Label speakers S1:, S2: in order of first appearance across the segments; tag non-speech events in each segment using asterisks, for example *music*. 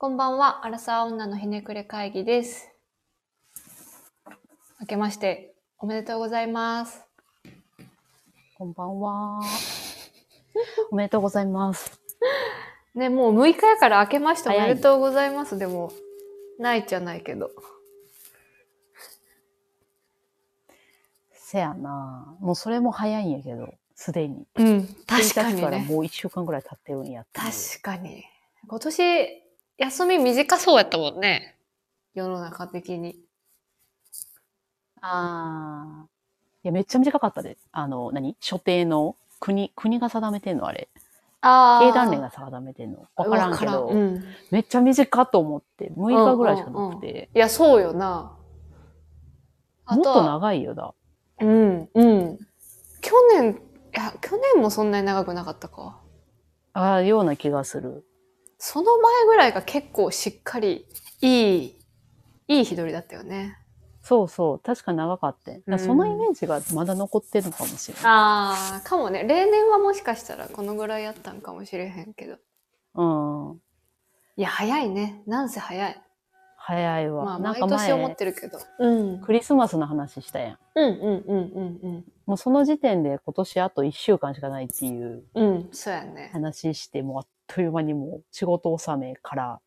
S1: こんばんは、アラサー女のひねくれ会議です。明けまして、おめでとうございます。
S2: こんばんは。おめでとうございます。
S1: ね、もう6日やから明けましてお
S2: 早い
S1: めでとうございます。でも、ないじゃないけど。
S2: せやな。もうそれも早いんやけど、すでに。
S1: うん、確かに
S2: 1日から
S1: ね。
S2: もう1週間ぐらい経ってるんやっていう。
S1: 確かに。今年、休み短そうやったもんね。世の中的に。
S2: ああ。いや、めっちゃ短かったで。あの、何所定の国、国が定めてんのあれ。
S1: あ
S2: 経団連が定めてんの。わからんけど、
S1: うん、
S2: めっちゃ短と思って、6日ぐらいしかなくて。
S1: いや、そうよな。
S2: もっと長いよだ。
S1: うん、うん。去年、いや、去年もそんなに長くなかったか。
S2: ああ、ような気がする。
S1: その前ぐらいが結構しっかり、いい、いい日取りだったよね。
S2: そうそう。確か長かった。だからそのイメージがまだ残ってるのかもしれない。
S1: ああ、かもね。例年はもしかしたらこのぐらいやったんかもしれへんけど。
S2: うん。
S1: いや、早いね。なんせ早い。
S2: 早いわ。
S1: まあ、
S2: なん
S1: 毎
S2: か
S1: 年
S2: 前、
S1: 思ってるけど。うん。うん
S2: クリスマスの話したやん。
S1: うんうんうん
S2: もうその時点で今年あと1週間しかないっていう
S1: うん。うん、そうやね。
S2: 話して、もうあっという間にもう仕事納めから、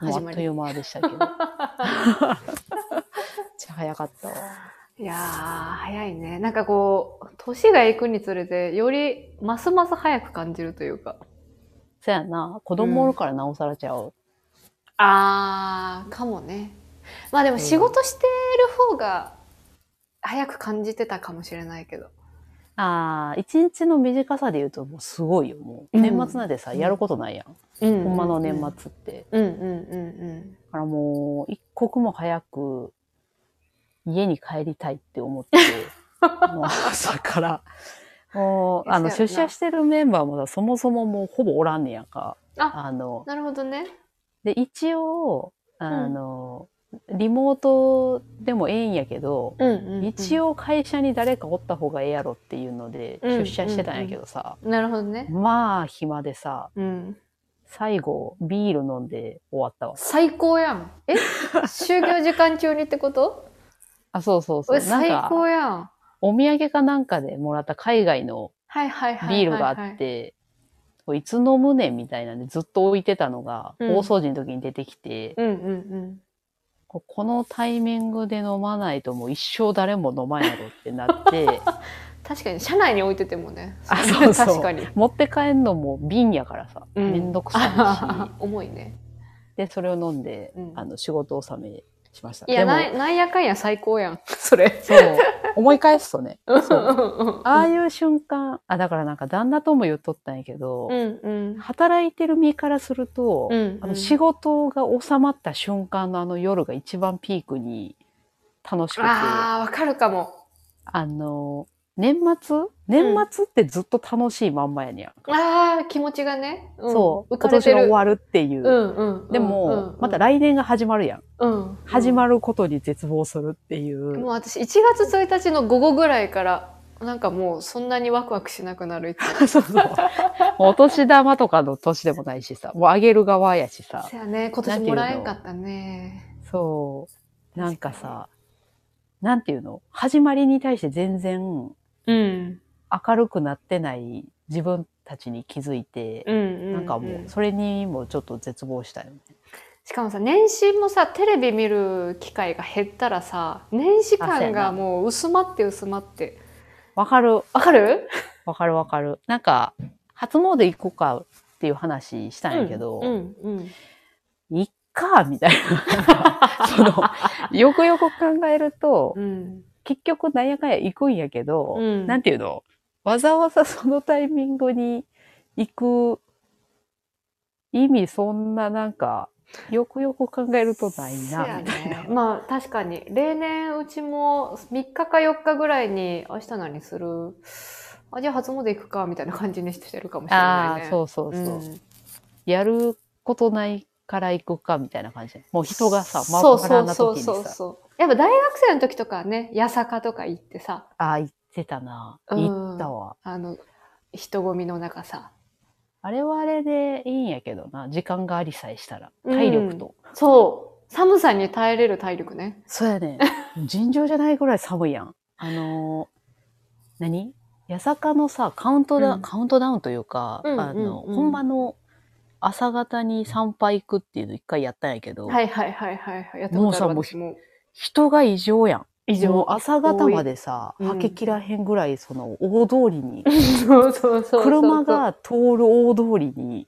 S2: もうあ
S1: 始
S2: っ
S1: ま
S2: と
S1: り
S2: い。う間でしたけど。めっちゃ早かったわ。
S1: いやー、早いね。なんかこう、年が行くにつれて、より、ますます早く感じるというか。
S2: そやな。子供おるからなおさらちゃう。
S1: あー、かもね。まあでも仕事してる方が早く感じてたかもしれないけど。
S2: ああ、一日の短さで言うともうすごいよ、も
S1: う
S2: う。
S1: ん
S2: 年末なんてさ、やることないやん。
S1: うん
S2: ほんまの年。末って。
S1: うんうんうん
S2: だからもう、一刻も早く家に帰りたいって思 *laughs* って、もう朝から。もう、あの、
S1: そう
S2: 出
S1: やな
S2: 社してるメンバーもさ、そもそももうほぼおらんねやんか。
S1: あうん。、
S2: の
S1: なるほどね。
S2: で、一応、あの、リモートでもええんやけど、
S1: うんうん、
S2: 一
S1: 応。
S2: 応会社に誰かおった方がええやろっていうので、
S1: うん
S2: 出社してたんやけどさ、
S1: なるほどね。
S2: まあ暇でさ、
S1: うん。
S2: 最後ビール飲んで終わったわ。
S1: 最高やん。 *laughs* え就業時間中にってこと
S2: あ、そうそうそう。
S1: え
S2: なん
S1: 最
S2: か、
S1: 高やん。
S2: お土産かなんかでもらった海外の
S1: はいはいはいはい、はい。
S2: ビールがあって、いつ飲むねんみたいなんでずっと置いてたのが、
S1: うん
S2: 大掃除の時に出てきて、
S1: うんうんうん。
S2: ここのタイミングで飲まないともう一生誰も飲まんやろってなって、
S1: *laughs* 確かに、社内に置いててもね。
S2: あそうそう
S1: 確かに。
S2: 持って帰んのも瓶やからさ、
S1: うん
S2: めんどく
S1: *laughs*
S2: さいし、
S1: 重いね。
S2: で、それを飲んで、
S1: うん
S2: あの、仕事納めしました。
S1: いや、
S2: でも
S1: なんなんやかんや最高やん。それ。
S2: そう、思い返すとね、そう
S1: う
S2: *laughs* ああいう瞬間、あ、だからなんか旦那とも言っとったんやけど、
S1: んうん。
S2: 働いてる身からすると、
S1: うん
S2: あの仕事が収まった瞬間のあの夜が一番ピークに楽しくて、あ
S1: ああ、わかるかも。
S2: の、年末年末ってずっと楽しいまんまやねやんか。
S1: ああ、気持ちがね。ん
S2: そう、
S1: 浮
S2: 今
S1: かれ
S2: 年
S1: て
S2: が終
S1: る。
S2: わるっていう。
S1: うんうん。
S2: でも、
S1: うんうん
S2: また来年が始まるやん。
S1: うん。
S2: 始
S1: る。
S2: まることに絶望するっていう。
S1: もう私、1月1日の午後ぐらいから、なんかもうそんなにワクワクしなくなる。いつも
S2: *laughs* そうそう。もうお年玉とかの年でもないしさ、もうあげる側やしさ
S1: そ。やね、今
S2: なん
S1: 年
S2: ていうの
S1: もらえんかったね。
S2: そう。なんかさ、なんていうの始まりに対して全然
S1: うん。
S2: 明るくなってない自分たちに気づいて、
S1: うんうん。
S2: なんかもう、それにもちょっと絶望したよね。
S1: しかもさ、年始もさ、テレビ見る機会が減ったらさ、年始
S2: あそうや
S1: 感
S2: な
S1: がもう薄まって薄まって。
S2: わかる。
S1: わかる
S2: わかるわかる。なんか、初詣行こうかっていう話したんやけど、
S1: うんうん。
S2: いっか、みたい
S1: *laughs*
S2: な。その、よくよく考えると、
S1: うん。
S2: 結局なんやかんや行くんやけど、
S1: うん
S2: なんていうのわざわざそのタイミングに行く意味そんななんか、よくよく考えるとない
S1: そうや
S2: な、みたいな。
S1: ね、まあ確かに例年うちも3日か4日ぐらいに明日何するあじゃあ初詣行くかみたいな感じにしてるかもしれ
S2: あ
S1: な
S2: あ、
S1: いね。
S2: そうそうそう、
S1: ん
S2: やることないから行くか、みたいな感じ。もう人がさ、ま
S1: そう
S2: ばらな
S1: そう
S2: 時に
S1: そうそう
S2: さ、
S1: そう。やっぱ大学生の時とかはね八坂とか行ってさ
S2: ああ、行ってたな。
S1: うん
S2: 行ったわ。
S1: あの人混みの中さ
S2: あれはあれでいいんやけどな。時間がありさえしたら。体力と。
S1: そう。寒さに耐えれる体力ね。
S2: そうやね。尋常じゃないぐらい寒いやん。あのー何八坂のさ、カウントダウン、
S1: うん
S2: カウントダウンというか、
S1: うん
S2: あの、
S1: うんうん
S2: 本場の朝方に参拝行くっていうの一回やったんやけど、
S1: はいはいはいはいはい。やったことある
S2: もう
S1: 私
S2: さ
S1: も。 *laughs*
S2: 人が異常やん。
S1: 以
S2: もう
S1: 上。
S2: 朝方までさ、
S1: 多いうん
S2: はけきらへんぐらい、その大通りに、
S1: *laughs* そうそうそう。
S2: 車、が通る大通りに、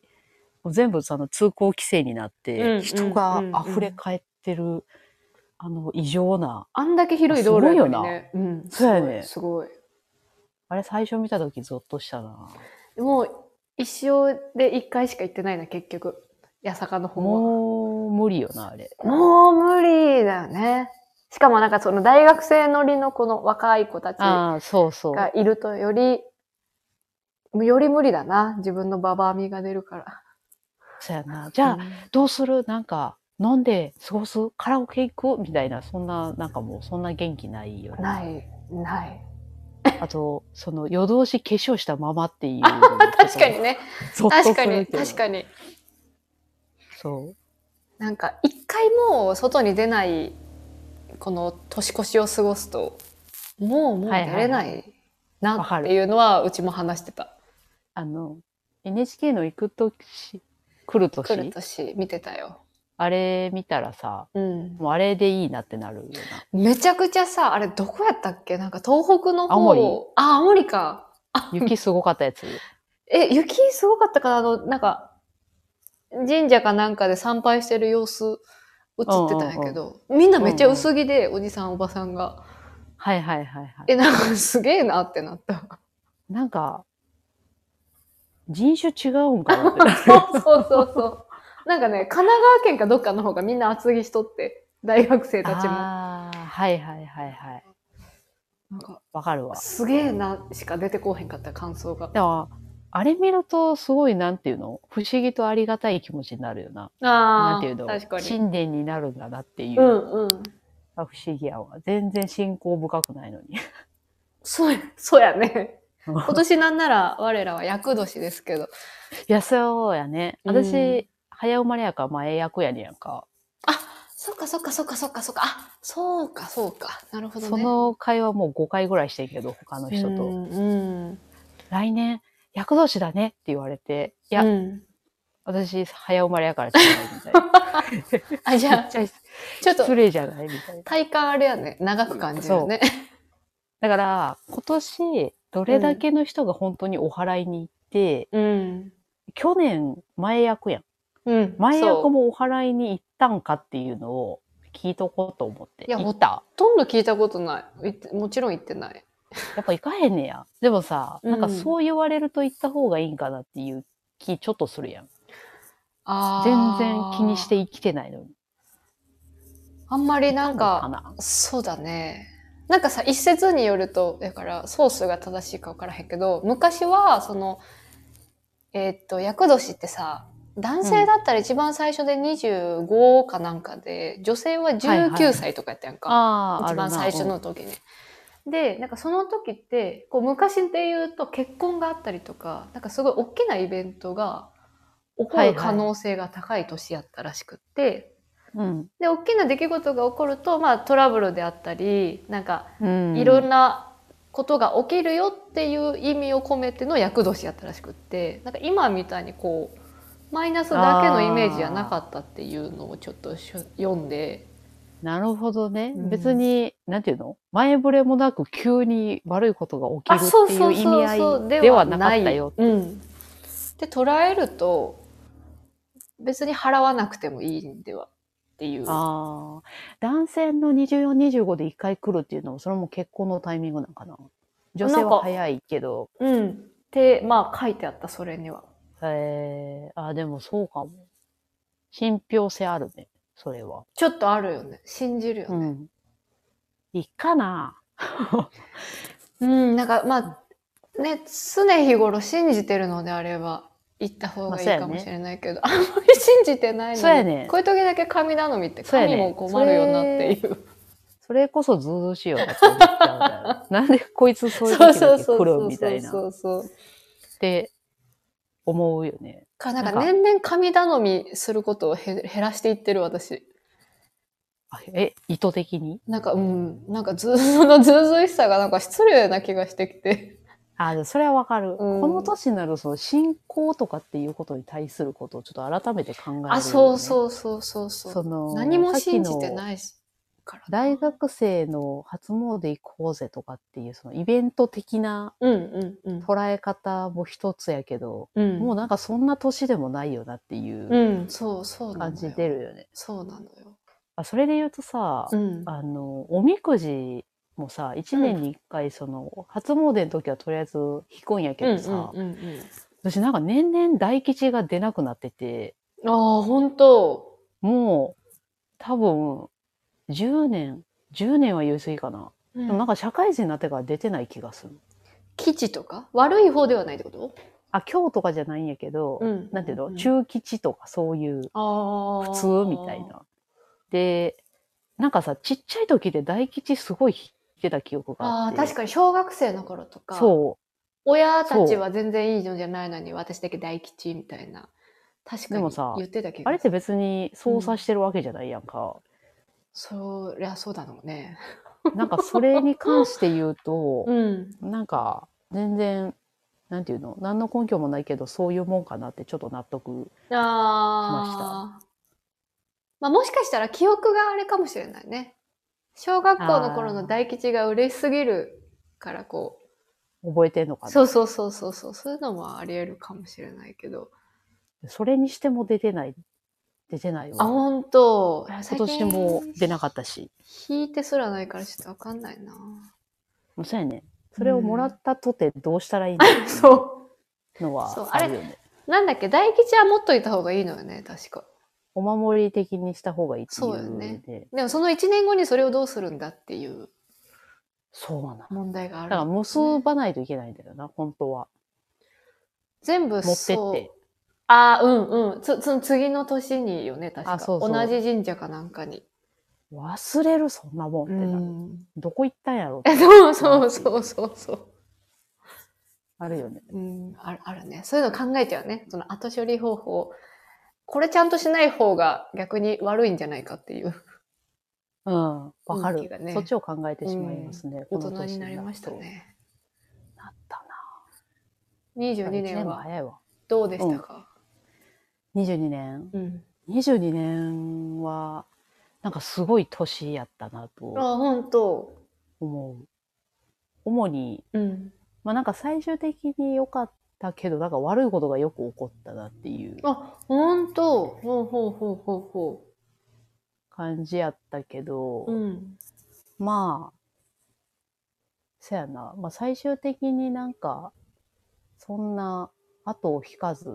S2: もう全部その通行規制になっ
S1: うんうんうんう
S2: て、
S1: ん
S2: 人が溢れ返ってる、あの、異常な、
S1: あんだけ広い道路やのにね。うん。
S2: そうやね
S1: すごい。
S2: あれ最初見た時ゾッとしたな。
S1: もう、一生で一回しか行ってないな、結局。八坂の方は。
S2: もう無理よな、あれ。
S1: もう無理だよね。しかもなんかその大学生乗りのこの若い子たちが
S2: ああ、そうそう。
S1: いるとより、より無理だな。自分のババアみが出るから。
S2: そうやな。じゃあ、どうするなんか、飲んで過ごすカラオケ行くみたいな、そんな、なんかもう、そんな元気ないよ
S1: うん。ない、ない。
S2: あと、その、夜通し化粧したままっていう。
S1: 確かに。ね。
S2: ゾッとす
S1: 確
S2: る
S1: かに、
S2: けど
S1: 確かに。
S2: そう。
S1: なんか、一回もう外に出ない、この年越しを過ごすと、もうもう出れないな
S2: わか
S1: っ
S2: る
S1: ていうのは、うちも話してた。
S2: あの、NHK の行くとし、来ると
S1: 来る
S2: し、
S1: 年見てたよ。
S2: あれ見たらさ、
S1: うん。
S2: もうあれでいいなってなるよ
S1: めちゃくちゃさ、あれどこやったっけなんか東北の方。
S2: 青森
S1: あ、青森か。
S2: な。雪すごかった
S1: *laughs*
S2: やつ。
S1: え、雪すごかったかなあの、なんか、神社かなんかで参拝してる様子映ってたんやけど、みんなめっちゃ薄着で、おじさんおばさんが。
S2: はいはいはいはい。
S1: え、なんかすげえなってなった。
S2: なんか、人種違うんかなって。
S1: *laughs* *laughs* そうそうそうそう。なんかね、神奈川県かどっかの方がみんな厚着しとって、大学生たちも。
S2: ああ、はいはいはいはい。
S1: なんか、
S2: わかるわ。
S1: すげえなしか出てこうへんかった感想が。
S2: でも、あれ見るとすごいなんていうの不思議とありがたい気持ちになるよな。な
S1: あ
S2: んていうの
S1: あ、確かに。
S2: 神殿になるんだなっていうう。
S1: んうん。
S2: あ不思議やわ。全然信仰深くないのに。
S1: そうや、 *laughs* そうやね。
S2: 今
S1: 今年なんなら我らは厄年ですけど。
S2: *laughs* いや、そうやね。
S1: うん
S2: 私、早生まれやから前役やねやんか。
S1: そっかそっかそっかそっかそっか。あ、そうかそうか。なるほどね。
S2: その会話もう5回ぐらいしてんけど、他の人
S1: う
S2: と。
S1: んうん。
S2: 来年、厄年だねって言われて、いや、
S1: うん
S2: 私、早生まれやから違うみたい *laughs* な。
S1: あ、じ
S2: め
S1: ゃ
S2: っちゃ
S1: あ、ちょっと
S2: 失礼じゃないみたいな。
S1: 体感あれやね。長く感じるね。
S2: だから、今年、どれだけの人が本当にお祓いに行って、
S1: うん。
S2: 去年、前役やん。
S1: うん。
S2: 前
S1: そう
S2: 役
S1: ほ
S2: もお祓いに行ったんかっていうのを聞いとこうと思って。
S1: いや
S2: 行った。
S1: とんど聞いたことないいって。もちろん言ってない。
S2: やっぱ行かへんねや。でもさ、なん
S1: う
S2: か
S1: ん
S2: そう言われると行った方がいいんかなっていう気ちょっとするやん。
S1: あ
S2: 全
S1: ー
S2: 然気にして。生きてないのに。
S1: あんまりなん
S2: か
S1: か、
S2: な。
S1: そうだね。なんかさ、一説によると、だから、ソースが正しいかわからへんけど、昔は、その、えーっと、厄年ってさ、男性だったら一番最初で25かなんかで、女性は
S2: はいは
S1: 19
S2: い
S1: 歳とかやったやんか。
S2: ああ、
S1: 一番
S2: あ
S1: 最
S2: る
S1: 初
S2: な
S1: の。時ね。で、なんかその時って、こう昔で言うと結婚があったりとか、なんかすごい大きなイベントが起こ
S2: はいは
S1: る
S2: い
S1: 可能性が高い年やったらしくって、
S2: うん。
S1: で、大きな出来事が起こると、まあトラブルであったり、なんか
S2: うん。
S1: いろんなことが起きるよっていう意味を込めての厄年やったらしくって、なんか今みたいにこう、マイナスだけのイメージじゃなかったっていうのをちょっとしょ読んで、
S2: なるほどね。
S1: うん
S2: 別に、なんていうの前触れもなく急に悪いことが
S1: あ
S2: 起きる
S1: そう
S2: って
S1: そ
S2: いうう
S1: そう
S2: 意
S1: そう
S2: 味合いではなかったよ。
S1: うん、で捉えると別に払わなくてもいいんではっていう
S2: ああ。男性の24、25で1回来るっていうのは、それも結婚のタイミングなんかな。女性は早いけど、
S1: うんってまあ書いてあったそれには
S2: えー、あ、でもそうかも。信憑性あるね、それは。
S1: ちょっとあるよね信じるよ
S2: う
S1: ね、
S2: ん。いいかな。
S1: うんなんかまあね常日頃信じてるのであれば行った方がいい
S2: まあそうやね
S1: かもしれないけど、あんまり信じてないのに
S2: そうやね
S1: こういう時だけ神頼みって
S2: そうや
S1: 神
S2: ね
S1: も困るよなっていう
S2: それこそずうずうしいよなって思っちゃうん *laughs* だよ。なんでこいつそういう時だけ来るみたいな。
S1: そうそうそうそう
S2: で、思うよね。
S1: からなんか
S2: なんか
S1: 年々神頼みすることをへ減らしていってる私。
S2: あえ、意図的に
S1: なんか、うん、なんかず、 *laughs* そのずうずうしさがなんか失礼な気がしてきて。
S2: あ、でもそれはわかる。
S1: うん
S2: この年になると、その信仰とかっていうことに対することをちょっと改めて考える、
S1: あ、そう
S2: う。
S1: そうそうそうそう。
S2: その、
S1: 何も信じて
S2: い。
S1: ないしから。
S2: 大学生の初詣行こうぜとかっていう、そのイベント的な
S1: うんうんうん。
S2: 捉え方も一つやけど、
S1: うん、
S2: もうなんかそんな年でもないよなっていう
S1: うん、そうそうなのよ
S2: 感じ出るよね。
S1: そうなのよ。
S2: あそれで言うとさ、
S1: うん。
S2: あの、おみくじもさ、1年に1回、その、初詣の時はとりあえず引くんやけ
S1: うん
S2: どさ、
S1: うんうんうん。
S2: 私なんか年々大吉が出なくなってて、
S1: ああ、本当
S2: もう多分10年、10年は言い過ぎかな。
S1: う
S2: でもなん
S1: ん。
S2: か社会人になってから出てない気がする。
S1: 吉とか悪い方ではないってこと
S2: あ、今日とかじゃないんやけど、
S1: うん
S2: なんていうの、
S1: うん
S2: 中吉とかそういう
S1: ああ。
S2: 普通みたい。な。で、なんかさ、ちっちゃい時で大吉すごい引いてた記憶が
S1: あ
S2: あ
S1: あー、
S2: って。
S1: 確かに小学生の頃とか。
S2: そう。
S1: 親たちは全然いいのじゃないのに、私だけ大吉みたいな。確か
S2: で
S1: に
S2: もさ
S1: 言ってたけど。
S2: あれって別に操作してるわけじゃないやんか。
S1: そりゃそうだろうね。
S2: なんかそれに関して言うと、
S1: ん。
S2: なんか全然、なんていうの、何の根拠もないけど、そういうもんかなってちょっと納得。
S1: ああ。まあもしかしたら記憶があれかもしれないね。小学校の頃の大吉が嬉しすぎるからこ
S2: 覚えてんのか
S1: う。
S2: な
S1: そうそうそうそうそう。そういうのもあり得るかもしれないけど。
S2: それにしても出てない。出てない
S1: あ、
S2: わ。
S1: ほんと。
S2: 今年も出なか
S1: っ
S2: ったし。
S1: た。引いてすらないからちょっとわかんないな。
S2: もうそうやね。それをもらったとてどうしたらいいの,、
S1: *laughs* そ
S2: の
S1: そう
S2: は
S1: あ
S2: あ
S1: れ
S2: るよね。
S1: う。なんだっけ、大吉は持っといた方がいいのよね、確か。
S2: お守り的にした方がいいっていう
S1: そうよ
S2: ので
S1: ねでもその1年後にそれをどうするんだっていう
S2: そうなの。
S1: 問題があ
S2: だ
S1: る。
S2: から結ばないといけないんだよな、本当は。
S1: 全部
S2: 持ってって
S1: そうああ、うんうん。つ、つ、次の年によね、確か。
S2: あそうそう
S1: 同じ神社かなんかに。
S2: 忘れる、そんなもんって
S1: う
S2: なる。
S1: ん
S2: どこ行ったんやろって
S1: えそうそうそうそうそう。
S2: あるよね。
S1: うん、ある、あるね。そういうの考えちゃうね。その後処理方法。これちゃんとしない方が逆に悪いんじゃないかっていう。
S2: うん。わか
S1: 運気
S2: る
S1: が、ね
S2: そっちを考えてしまいますね。
S1: 大
S2: この
S1: 人
S2: 年
S1: になりました
S2: る
S1: ね。
S2: と。なったな。
S1: 22
S2: 1
S1: 年
S2: 年も
S1: は
S2: 早いわ。
S1: どうでしたか
S2: 22年。
S1: うん。
S2: 22年は、なんかすごい年やったなと
S1: あ、本当
S2: 思う。主に、
S1: うん。
S2: まあなんか最終的に良かったけど、なんか悪いことがよく起こったなっていう
S1: あ、本当ほうほうほうほうほ
S2: 感じやったけど、
S1: う。うん。
S2: まあ、そやな。まあ最終的になんか、そんな後を引かず、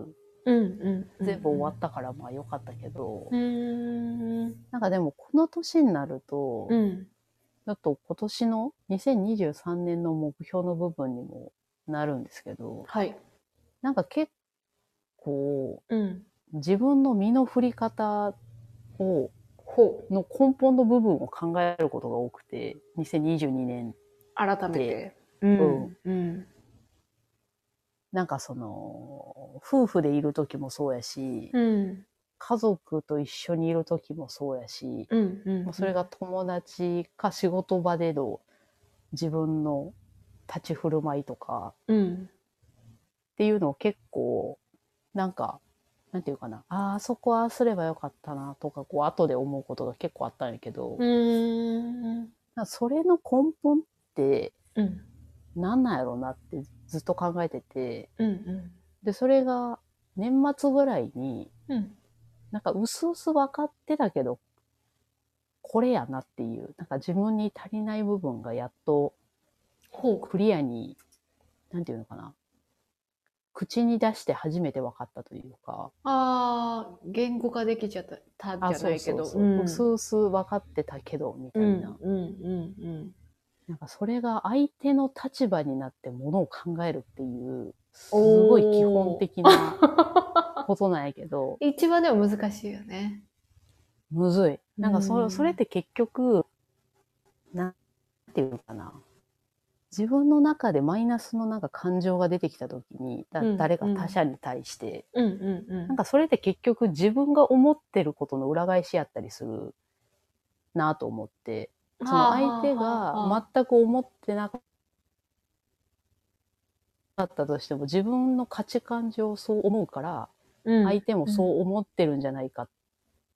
S1: うんうん。
S2: 全部終わったからまあ良かったけど、
S1: うーん。
S2: なんかでもこの年になると、
S1: うん。
S2: ちょっと今年の2023年の目標の部分にもなるんですけど、
S1: はい。
S2: なんか結構
S1: うん。
S2: 自分の身の振り方を、
S1: ほう。
S2: の根本の部分を考えることが多くて、2022年、
S1: 改めて。う。うん。
S2: なんかその、夫婦でいる時もそうやし、
S1: うん。
S2: 家族と一緒にいる時もそうやし、
S1: うん。うん
S2: もうそれが、友達か仕事場での自分の立ち振る舞いとか
S1: うん。
S2: っていうのを結構なんかなんていうかなあーそこはすればよかったなとかこう後で思うことが結構あったんやけど、
S1: うん。
S2: なんかそれの根本って
S1: うん。
S2: 何なんやろうなってずっと考えてて
S1: うん。
S2: でそれが年末ぐらいに
S1: うん。
S2: なんか薄々分かってたけどこれやなっていうなんか自分に足りない部分がやっと
S1: ほ
S2: クリアに、なんていうのかな。口に出して初めて分かったというか、
S1: う。ああ、言語化できちゃった、たじゃないけど。
S2: うすうす分かってたけど、みたい
S1: うん。
S2: な。
S1: うん。うん。、
S2: なんかそれが相手の立場になってものを考えるっていう、すごい基本的なことなんやけど
S1: 一番でも難しいよね。
S2: むずい。なんかそ,、
S1: うん
S2: それって結局、なんていうのかな。自分の中でマイナスのなんか感情が出てきた時に、だ
S1: うん
S2: 誰か
S1: うん
S2: 他者に対して、
S1: うんうんうん。
S2: なんかそれって結局自分が思ってることの裏返しやったりするなと思って、その相手が全く思ってなかったとしても、自分の価値観上そう思うから、
S1: 全
S2: 相手もそう思ってるんじゃないかっ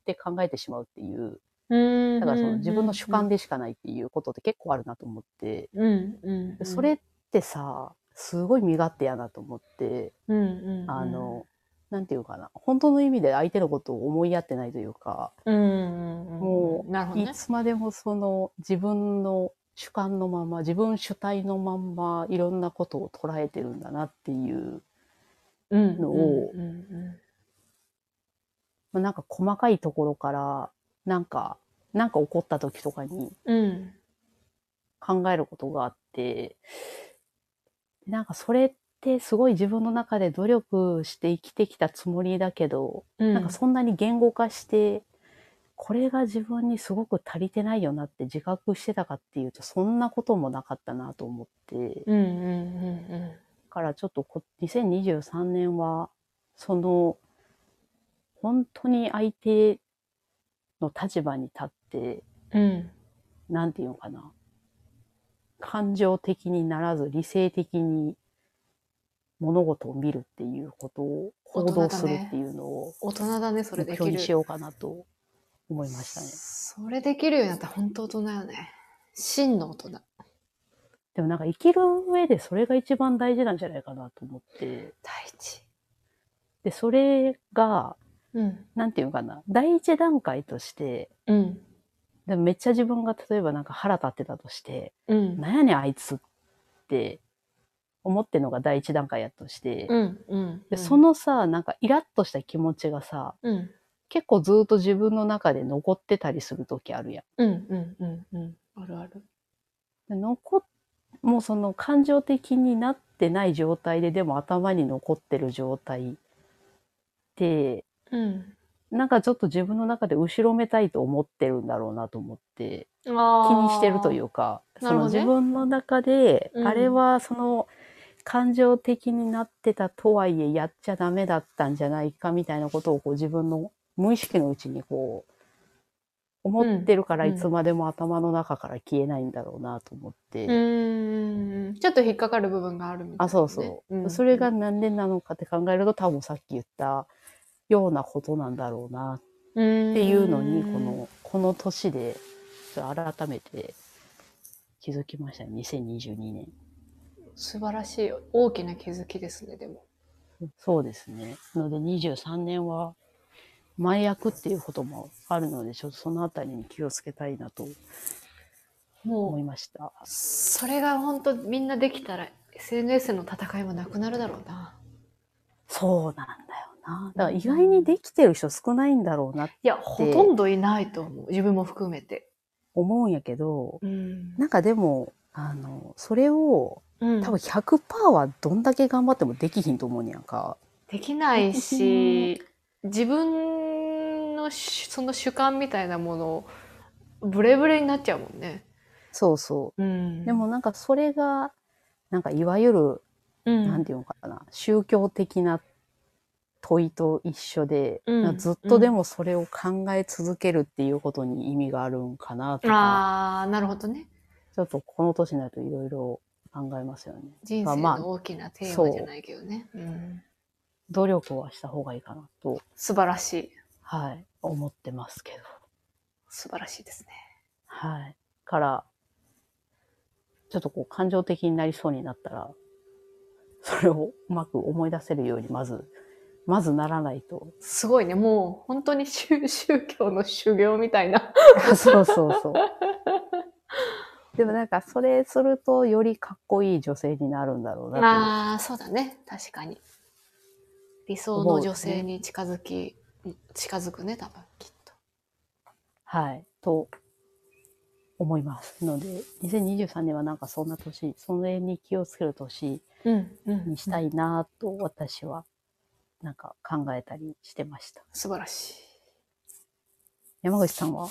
S2: て考えてしまうっていう、
S1: うん、
S2: だからその自分の主観でしかないっていうことって結構あるなと思って、
S1: うんうんうん、
S2: それってさ、すごい身勝手やなと思って、
S1: うんうんうん、
S2: あの、なんていうかな、本当の意味で相手のことを思いやってないというか、
S1: うんうんうん、
S2: もう
S1: なるほど
S2: い
S1: ね。
S2: つまでもその自分の主観のまま、自分主体のまんま、いろんなことを捉えてるんだなっていう、
S1: うん
S2: のを
S1: うんうん
S2: まあなんか細かいところから、なんか、なんか起こった時とかに、
S1: うん
S2: 考えることがあって、なんかそれってすごい自分の中で努力して生きてきたつもりだけど、
S1: うん、
S2: なんかそんなに言語化して、これが自分にすごく足りてないよなって自覚してたかっていうと、そんなこともなかったなと思って、
S1: うんうんうん
S2: だからちょっとこ2023年は、その、本当に相手の立場に立って、
S1: うんうん
S2: なんていうのかな。感情的にならず理性的に物事を見るっていうことを行動するっていうのを
S1: 大人だねそれでき
S2: 目標
S1: る
S2: にしようかなと思いましたね。
S1: それできるようになったら本当大人よね真の大人
S2: でもなんか生きる上でそれが一番大事なんじゃないかなと思って。
S1: 第一
S2: で、それが、
S1: うん
S2: なんていうのかな。第一段階として、
S1: うん
S2: でもめっちゃ自分が例えばなんか腹立ってたとして、
S1: うん
S2: なんやねんあいつって思ってるのが第一段階やとして、
S1: うんうん
S2: で、そのさ、なんかイラッとした気持ちがさ、
S1: うん
S2: 結構ずっと自分の中で残ってたりする時あるや
S1: うんうんうんうんあるある
S2: ん。で残っ、もうその感情的になってない状態で、でも頭に残ってる状態で、
S1: うん
S2: なんかちょっと自分の中で後ろめたいと思ってるんだろうなと思って、
S1: 気
S2: 気にしてるといううか、
S1: な
S2: そ
S1: る
S2: の
S1: ほどね
S2: 自分の中で、
S1: うん
S2: あれはその感情的になってたとはいえやっちゃダメだったんじゃないかみたいなことをこう自分の無意識のうちにこう思ってるから
S1: うん
S2: いつまでも頭の中から消えないんだろうなと思って、
S1: うんちょっと引っかかる部分があるみたいなね、
S2: あそうそう、
S1: ん
S2: それがなんでなのかって考えると多分さっき言ったようなことなんだろうなっていうのに、この、この年で、ちょっと改めて気づきましたね、2022年。
S1: 素晴らしい大きな気づきですねでも
S2: そうですね。ので、23年は、前役っていうこともあるので、ちょっとそのあたりに気をつけたいなと思
S1: も
S2: いうました。
S1: それが本当みんなできたら SNS の戦いもなくなるだろうな
S2: そうなんだよな。だから意外にできてる人少ないんだろうなって
S1: いやほとんどいないと思う自分も含めて
S2: 思うんやけど、
S1: うん
S2: なんかでも、あの、それを
S1: うん
S2: 多分100%はどんだけ頑張ってもできひんと思うんやんか。
S1: できない
S2: で
S1: し *laughs* 自分のしその主観みたいなものブレブレになっちゃうもんね、
S2: そうそう。
S1: うん、
S2: でも、なんかそれが、なんかいわゆる、
S1: うん、
S2: なんていうのかな、宗教的な問いと一緒で、
S1: うん
S2: なんかずっとでもそれを考え続けるっていうことに意味があるんかなとか、
S1: ああなるほどね
S2: ちょっとこの年になるといろいろ考えますよね。
S1: 人生の大きなテーマじゃないけどね、うん、
S2: 努力はした方がいいかなと、
S1: 素晴らしい
S2: はい、思ってますけど。
S1: 素晴らしいですね
S2: はい。から、ちょっとこう感情的になりそうになったら、それをうまく思い出せるように、まず、まずならないと
S1: すごいね。もう本当に宗宗教の修行みたいな。
S2: *laughs* そうそうそう。でもなんかそれするとよりかっこいい女性になるんだろう
S1: あ
S2: な
S1: あ、そうだね。確かに。理想の女性に近づき、近づくね、多分きっと。
S2: と、はい、と思います。ので、2023年はなんかそんな年、それに気をつける年
S1: うん、うん
S2: にしたいなと私はなんか考えたりしてました。
S1: 素晴らしい。
S2: 山口さんは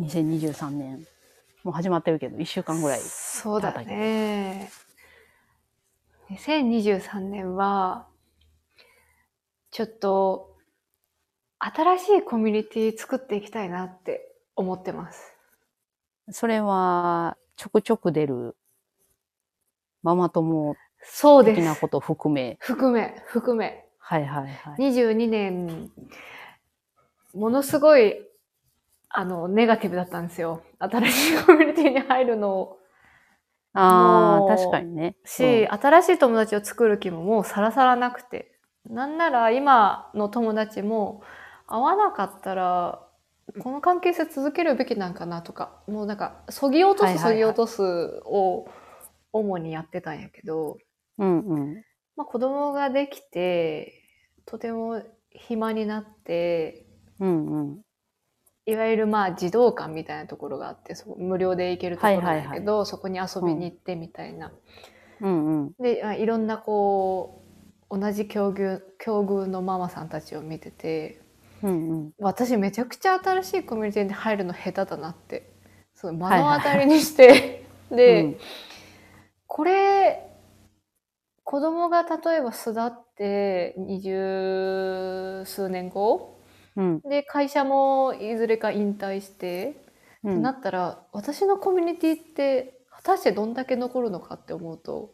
S2: 2023年もう始まってるけど、1週間ぐらい。
S1: そうだね。2023年は、ちょっと、新しいコミュニティ作っていきたいなって思ってます。
S2: それは、ちょくちょく出る、ママ友
S1: そうで
S2: 的なこ
S1: す。
S2: と含め、
S1: 含め、含め。
S2: はいはいはい。
S1: 22年、ものすごい、あの、ネガティブだったんですよ。新しいコミュニティに入るのを
S2: あ
S1: もう
S2: あ、確かにね。
S1: し、
S2: うん
S1: 新しい友達を作る気ももうさらさらなくて。なんなら今の友達も会わなかったら、この関係性続けるべきなんかなとか、もうなんか、そぎ落と
S2: はい
S1: す
S2: はいはい
S1: そぎ落とすを主にやってたんやけど、
S2: うんうん。
S1: まあ子供ができて、とても暇になって、
S2: うんうん。
S1: いわゆるまあ児童館みたいなところがあってそこ無料で行けるところなんだけど、そこに遊びに行ってみたいな。
S2: うんうん。
S1: でまあいろんなこう同じ境遇境遇のママさんたちを見てて
S2: うんうん。
S1: 私めちゃくちゃ新しいコミュニティに入るの下手だなってそう目
S2: いはい
S1: の
S2: はい
S1: 当たりにして、 *laughs* で、
S2: うん
S1: これ子供が例えば巣立って二十数年後
S2: うん
S1: で会社もいずれか引退して
S2: う
S1: って
S2: ん
S1: なったら私のコミュニティって果たしてどんだけ残るのかって思うと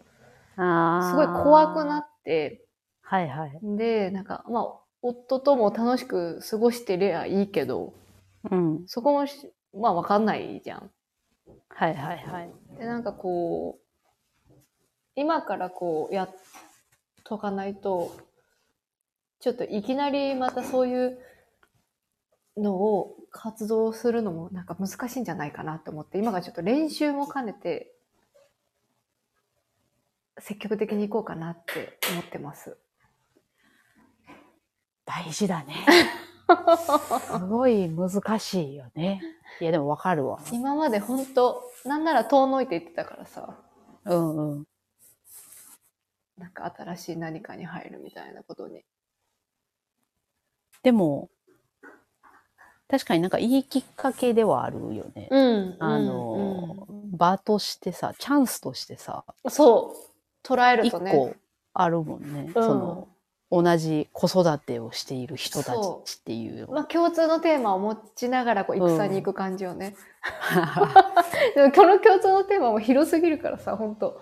S2: あー
S1: すごい怖くなって
S2: はいはい。
S1: でなんかまあ夫とも楽しく過ごしてりゃいいけど
S2: うん。
S1: そこもしまあ分かんないじゃん。
S2: はいはいはい。
S1: でなんかこう今からこうやっとかないとちょっといきなりまたそういうのを活動するのもなんか難しいんじゃないかなと思って今からちょっと練習も兼ねて積極的にいこうかなって思ってます。
S2: 大事だね。すごい難しいよね。いやでもわかるわ。
S1: 今まで本当なんなら遠のいていってたからさ
S2: うんうん。
S1: なんか新しい何かに入るみたいなことに。
S2: でも、確かになんかいいきっかけではあるよね。
S1: うん
S2: あの、場としてさ、チャンスとしてさ、
S1: そう捉える
S2: 一
S1: とね。
S2: 個あるもんね。
S1: うん
S2: その、同じ子育てをしている人たち
S1: そ
S2: っていう。 *laughs*
S1: まあ、共通のテーマを持ちながらこう
S2: うん
S1: 戦に行く感じよね、でもこの共通のテーマも広すぎるからさ本当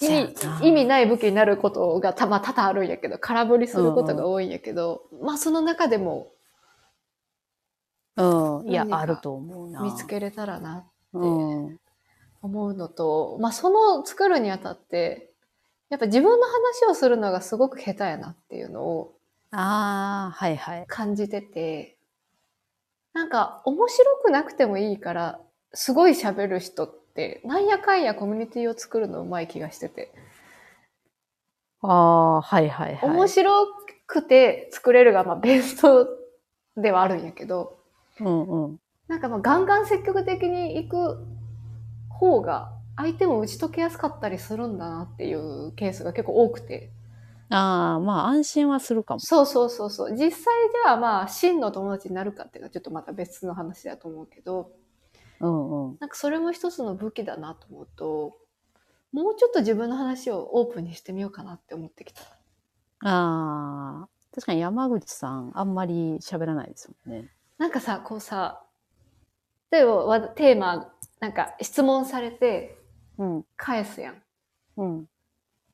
S1: 意味
S2: そうやな
S1: 意味ない武器になることがたまあ多々あるんやけど空振りすることが多いんやけど、まあその中でも
S2: うん。いや、
S1: 何か
S2: あると思うな。
S1: 見つけれたらな
S2: うん。
S1: 思うのと、まあその作るにあたってやっぱ自分の話をするのがすごく下手やなっていうのを
S2: ああ、はいはい。
S1: 感じてて、なんか面白くなくてもいいから、すごい喋る人って、なんやかんやコミュニティを作るのうまい気がしてて、
S2: ああ、はいはいはい。
S1: 面白くて作れるが、まあ、ベストではあるんやけど、
S2: うんうん。
S1: なんかまあガンガン積極的に行く方が、相手も打ち解けやすかったりするんだなっていうケースが結構多くて。
S2: ああ、まあ安心はするかも。
S1: そうそうそうそう。実際じゃあまあ真の友達になるかっていうのはちょっとまた別の話だと思うけど、
S2: うんうん。
S1: なんかそれも一つの武器だなと思うと、もうちょっと自分の話をオープンにしてみようかなって思ってきた。
S2: ああ、確かに山口さん、あんまり喋らないですもんね。
S1: なんかさ、こうさ、例えばわテーマ、なんか質問されて
S2: うん、
S1: 返すやん。
S2: うん。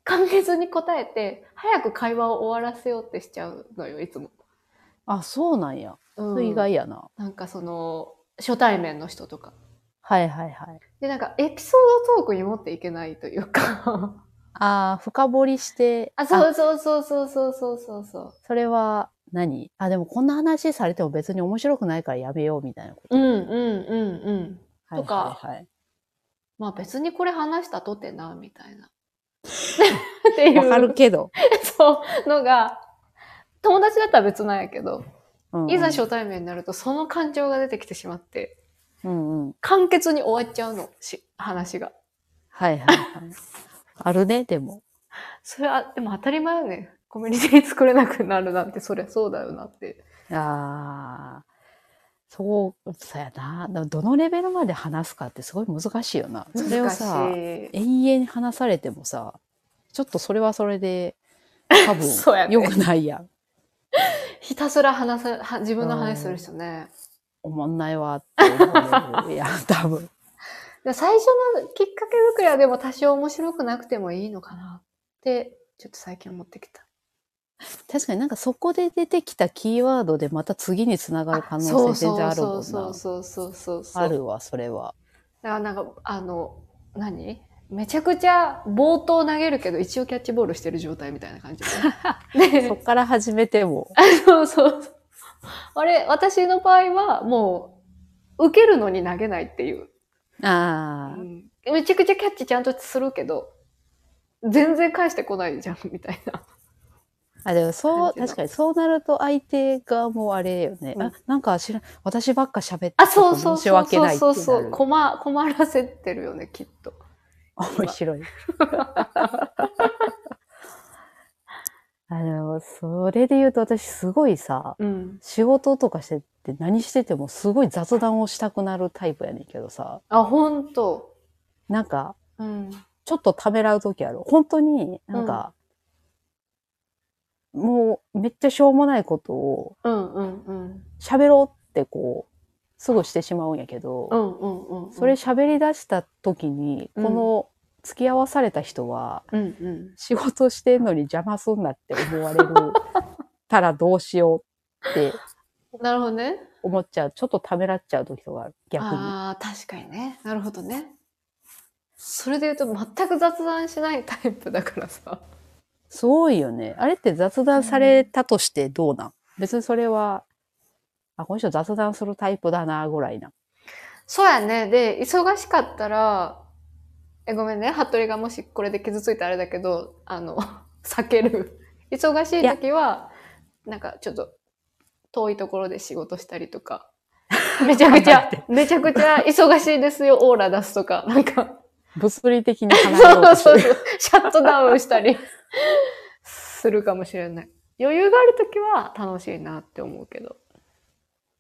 S1: 簡潔に答えて、早く会話を終わらせようってしちゃうのよ、いつも。
S2: あ、そうなんや。
S1: う
S2: それ意外やな。
S1: なんかその、初対面の人とか。
S2: はいはいはい。
S1: で、なんかエピソードトークに持っていけないという *laughs* か。
S2: ああ、深掘りして、
S1: あ、そうそうそうそうそうそうそうそう。
S2: それは何あ、でもこんな話されても別に面白くないからやめようみたいなこと。
S1: うんうんうんうん。
S2: はい
S1: とか
S2: はいはい。
S1: まあ別にこれ話したとてな、みたいな。っていう
S2: *laughs* わかるけど。
S1: そうのが、友達だったら別なんやけど、
S2: うんうん
S1: いざ初対面になるとその感情が出てきてしまって、
S2: うんうん。
S1: 簡潔に終わっちゃうの、し話が。
S2: はいはいはい。あるね、でも。
S1: それは、でも当たり前よね。コミュニティ作れなくなるなんて、そりゃそうだよなって。
S2: ああ。そう、そうやな。だからどのレベルまで話すかってすごい難しいよな。それを
S1: 難し
S2: さ、
S1: い。
S2: 永遠に話されてもさ、ちょっとそれはそれで、多
S1: *laughs* そうや
S2: 分、
S1: ね
S2: 良くないやん。
S1: ひたすら話さ、は自分の話する人ね。
S2: おもんないわって思わ
S1: *laughs*
S2: れるやん、多分。
S1: で最初のきっかけ作りはでも多少面白くなくてもいいのかなって、ちょっと最近思ってきた。
S2: 確かになんかそこで出てきたキーワードでまた次につながる可能性全然あるもん
S1: そう
S2: な。
S1: そうそうそうそうそう。
S2: あ。るわ、それは。
S1: だからなんか、あの、何めちゃくちゃ冒頭投げるけど、一応キャッチボールしてる状態みたいな感じだね。
S2: *laughs* そ
S1: ね
S2: っから始めても。
S1: そうそうそう。あれ、私の場合はもう、受けるのに投げないっていう。
S2: ああ、
S1: めちゃくちゃキャッチちゃんとするけど、全然返してこないじゃん、みたいな。
S2: あ、でもそ
S1: な
S2: う、
S1: んていうの
S2: 確かにそうなると相手側もあれよね。
S1: うん
S2: あ、なんか知らん、私ばっか喋って
S1: あ、そうそう
S2: *laughs* 申し
S1: そう
S2: 訳
S1: そう
S2: ないって
S1: そ
S2: な
S1: う
S2: る。
S1: そう困。困らせてるよね、きっと。
S2: 面白い。 *laughs* あの、それで言うと私すごいさ、
S1: うん。
S2: 仕事とかしてって何しててもすごい雑談をしたくなるタイプやねんけどさ、
S1: あ、ほんと。
S2: なんか、
S1: うん。
S2: ちょっとためらう時ある。本当になんか、もうめっちゃしょうもないことを
S1: うんうんうん。
S2: 喋ろうってこう、すぐしてしまうんやけど、
S1: うんうんうんうん。
S2: それ、喋り出した時に、
S1: うん
S2: この付き合わされた人は、
S1: うんうん。
S2: 仕事してんのに邪魔すんなって思われるたらどうしようって
S1: なるほどね。
S2: 思っちゃう。ちょっとためらっちゃう時とかある。逆に。
S1: ああ、確かにね。なるほどね。それで言うと全く雑談しないタイプだからさ。
S2: すごいよね。あれって雑談されたとしてどうなん、別にそれは、あ、この人雑談するタイプだな、ぐらいな。
S1: そうやね。で、忙しかったら、え、ごめんね。服部がもしこれで傷ついたらあれだけど、あの、 *laughs* 避ける。忙しい時は、なんかちょっと遠いところで仕事したりとか、めちゃくち *laughs*
S2: 離
S1: ゃ
S2: れて、
S1: めちゃくちゃ忙しいですよ、オーラ出すとか、なんか、
S2: 物理的に離れ
S1: そ
S2: よう
S1: う
S2: とす
S1: そう
S2: る。
S1: そう、 *laughs* シャットダウンしたりするかもしれない。余裕がある時は楽しいなって思うけど。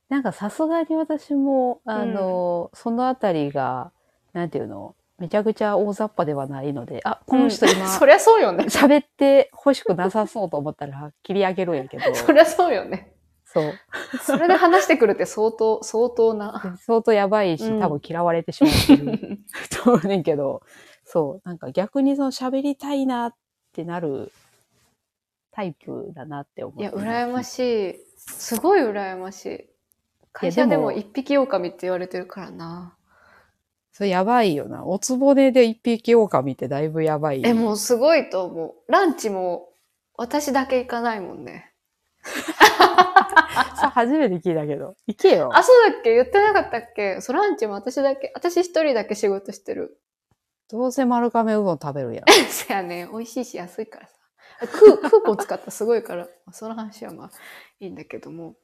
S2: なんかさすがに私も、あの、そのあたりが、なんていうの、めちゃくちゃ大雑把ではないので、あ、この人
S1: うん
S2: 今、
S1: *laughs* そりゃそうよね。
S2: 喋って欲しくなさそうと思ったら切り上げるんやけど、
S1: そりゃそうよね。
S2: そう。
S1: それで話してくるって相当、相当な。
S2: 相当やばいし、
S1: うん
S2: 多分嫌われてしまうっていうと思うねんけど、そう。なんか逆にその喋りたいなってなるタイプだなって思う。
S1: いや、羨ましい。すごい羨ましい。会社
S2: で
S1: で
S2: も
S1: も一匹狼って言われてるからな。
S2: それやばいよな。おつぼねで一匹狼ってだいぶやばい。
S1: え、もうすごいと思う。ランチも私だけ行かないもんね。
S2: さ初めて聞いたけど。行けよ。
S1: あ、そうだっけ言ってなかったっけそう、ランチも私だけ、私一人だけ仕事してる。
S2: どうせ丸亀うどん食べるやん。
S1: そやね、美味しいし安いからさ。あクー、 *laughs* クーポン使ったらすごいから、まあその話はまあいいんだけども。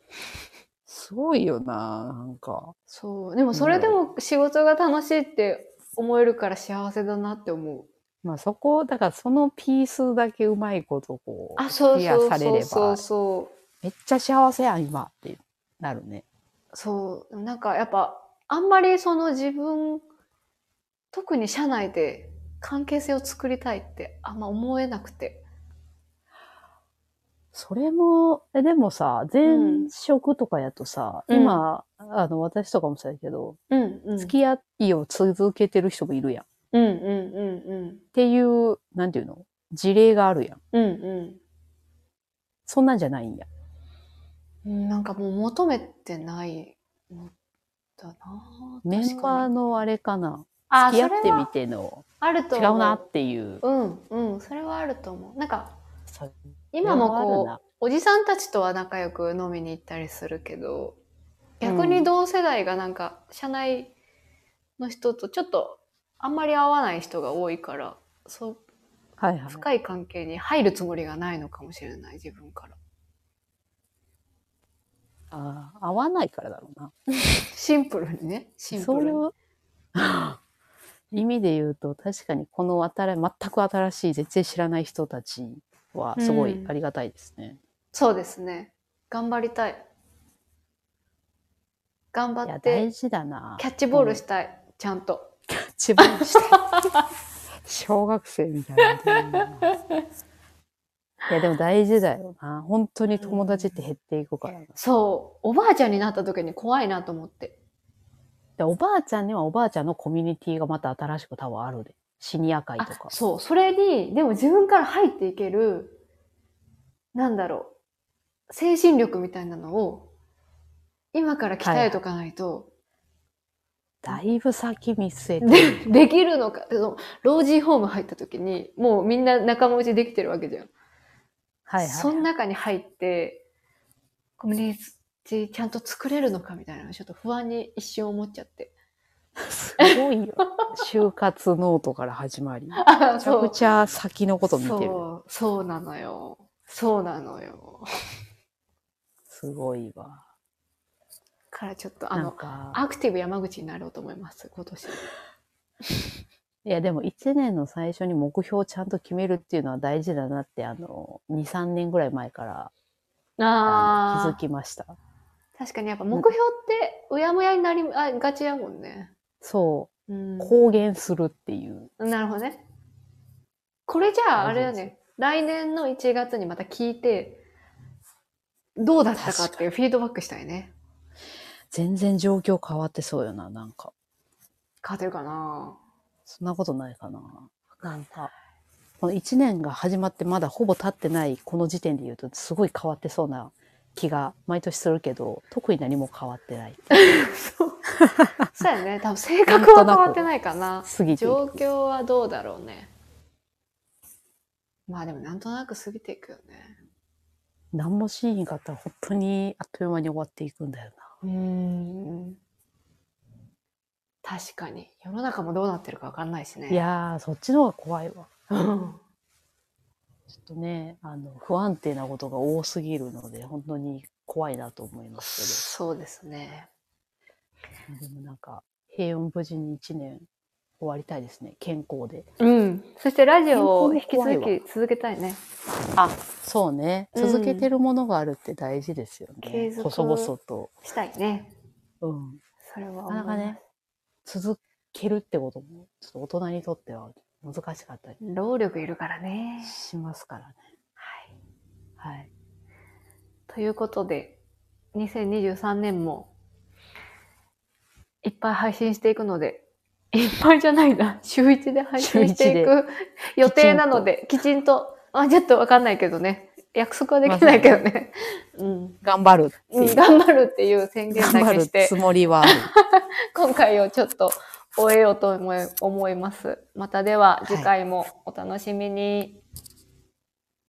S2: すごいよな、なんか。
S1: そう。でもそれでも仕事が楽しいって思えるから幸せだなって思う。
S2: まあそこ、だからそのピースだけうまいことこう、
S1: あ、そう
S2: ケ
S1: そ
S2: ア
S1: う
S2: され
S1: そう
S2: れ
S1: そ
S2: ば
S1: う、そう。
S2: めっちゃ幸せやん、今ってなるね。
S1: そう、なんかやっぱ、あんまりその自分、特に社内で関係性を作りたいってあんま思えなくて。
S2: それも、えでもさ、前職とかやとさ、
S1: うん
S2: 今、あの、私とかもそうやけど、
S1: うん、うん。
S2: 付き合いを続けてる人もいるやん。っ
S1: うん、うん、うん、うん。
S2: ていう、なんていうの事例があるやん。
S1: うん、うん。
S2: そんなんじゃないんや。
S1: うんなんかもう求めてないのだなぁ
S2: メンバー
S1: 確かに
S2: のあれかな。
S1: あ
S2: 付き合って
S1: それ
S2: み
S1: は
S2: ての、
S1: あると
S2: 違
S1: 思
S2: うなっていう。
S1: うんうんそれはあると思うなんか
S2: そう
S1: 今も
S2: それはある
S1: こ
S2: な
S1: うおじさんたちとは仲良く飲みに行ったりするけど
S2: うん
S1: 逆に同世代がなんか社内の人とちょっとあんまり合わない人が多いからそう
S2: はいはい。
S1: 深い関係に入るつもりがないのかもしれない自分から
S2: あー合わないからだろうな。
S1: シンプルにねシンプ
S2: そうい
S1: ルに
S2: う *laughs* 意味で言うと確かにこの新全く新しい全然知らない人たちはすごい
S1: うん
S2: ありがたいですね。
S1: そうですね頑張りたい頑張
S2: いや、
S1: っ
S2: 大
S1: て、
S2: 事だな。
S1: キャッチボールしたい。ちゃんと。
S2: 自分して。 *laughs* 小学生みたいな。いや、でも大事だよな。本当に友達って減っていくからな。
S1: そう。おばあちゃんになった時に怖いなと思って。
S2: でおばあちゃんにはおばあちゃんのコミュニティがまた新しく多分あるで。シニア会と
S1: あ
S2: か。
S1: そう。それに、でも自分から入っていける、なんだろう。精神力みたいなのを、今から鍛えとかないと、
S2: だいぶ先見据えてる。
S1: でできるのか。その老人ホーム入った時に、もうみんな仲間内できてるわけじゃん。
S2: はい
S1: そ
S2: は
S1: の
S2: い。
S1: 中に入って、コミュニティちゃんと作れるのかみたいなのちょっと不安に一瞬思っちゃ *laughs* って。
S2: すごいよ。就活ノートから始まり。め
S1: あ
S2: ちゃくちゃ先のこと見てる。
S1: そう、そうなのよ。そうなのよ。
S2: すごいわ。
S1: からちょっとあ
S2: なん
S1: の、
S2: か。
S1: アクティブ山口になろうと思います、今年。
S2: いや、でも1年の最初に目標をちゃんと決めるっていうのは大事だなって、あの、2、3年ぐらい前からあ
S1: あ
S2: の気づ
S1: あ。
S2: きました。
S1: 確かにやっぱ目標ってうやむやになりあがちやもんね。
S2: そうう、
S1: ん。
S2: 公言するっていう。
S1: なるほどね。これじゃああれだ
S2: 大事
S1: ね。来年の1月にまた聞いて、どうだったかっていうフィードバックしたいね。
S2: 全然状況変わってそうよな、なんか。
S1: 変わってるかな
S2: そんなことないかな。なんか、この1年が始まってまだほぼ経ってないこの時点で言うと、すごい変わってそうな気が毎年するけど、特に何も変わって *laughs* ない。
S1: そう。そうやね。多分性格は変わってないかな。
S2: 過ぎてい
S1: 状
S2: く。
S1: 況はどうだろうね。まあでもなんとなく過ぎていくよね。
S2: 何もしんかったら本当にあっという間に終わっていくんだよな。
S1: うん。確かに。世の中もどうなってるかわかんないしね。
S2: いやー、そっちの方が怖いわ。
S1: うん。
S2: ちょっとね、あの、不安定なことが多すぎるので、本当に怖いなと思います
S1: *laughs* そうですね。
S2: け *laughs* ど、でもなんか、平穏無事に1年終わりたいですね、健康で。
S1: うん。そしてラジオを引き
S2: 健康も怖い
S1: 続
S2: わ
S1: き続けたいね。
S2: あ、そうね、
S1: うん
S2: 続けてるものがあるって大事ですよ
S1: 継
S2: ね。
S1: 続
S2: 細々と。
S1: したいね。
S2: うん。
S1: それは
S2: な
S1: 思い
S2: か
S1: ま
S2: な
S1: す
S2: かね、続けるってことも、ちょっと大人にとっては難しかったり
S1: 労力いるからね。
S2: しますからね。
S1: はい。
S2: はい。
S1: ということで、2023年もいっぱい配信していくので、いっぱいじゃない *laughs* な、週一で配信してい
S2: 週
S1: く予定なので、きちんと、あ、ちょっとわかんないけどね、約束はできないけどね、うん、
S2: 頑張るって
S1: う
S2: い
S1: ん
S2: う。
S1: 頑張るっていう宣言
S2: 頑
S1: だ
S2: 張
S1: け
S2: る
S1: して
S2: つ、もりはある。
S1: 今回をちょっと終えようと思い思います。またでは次回もお楽しみに。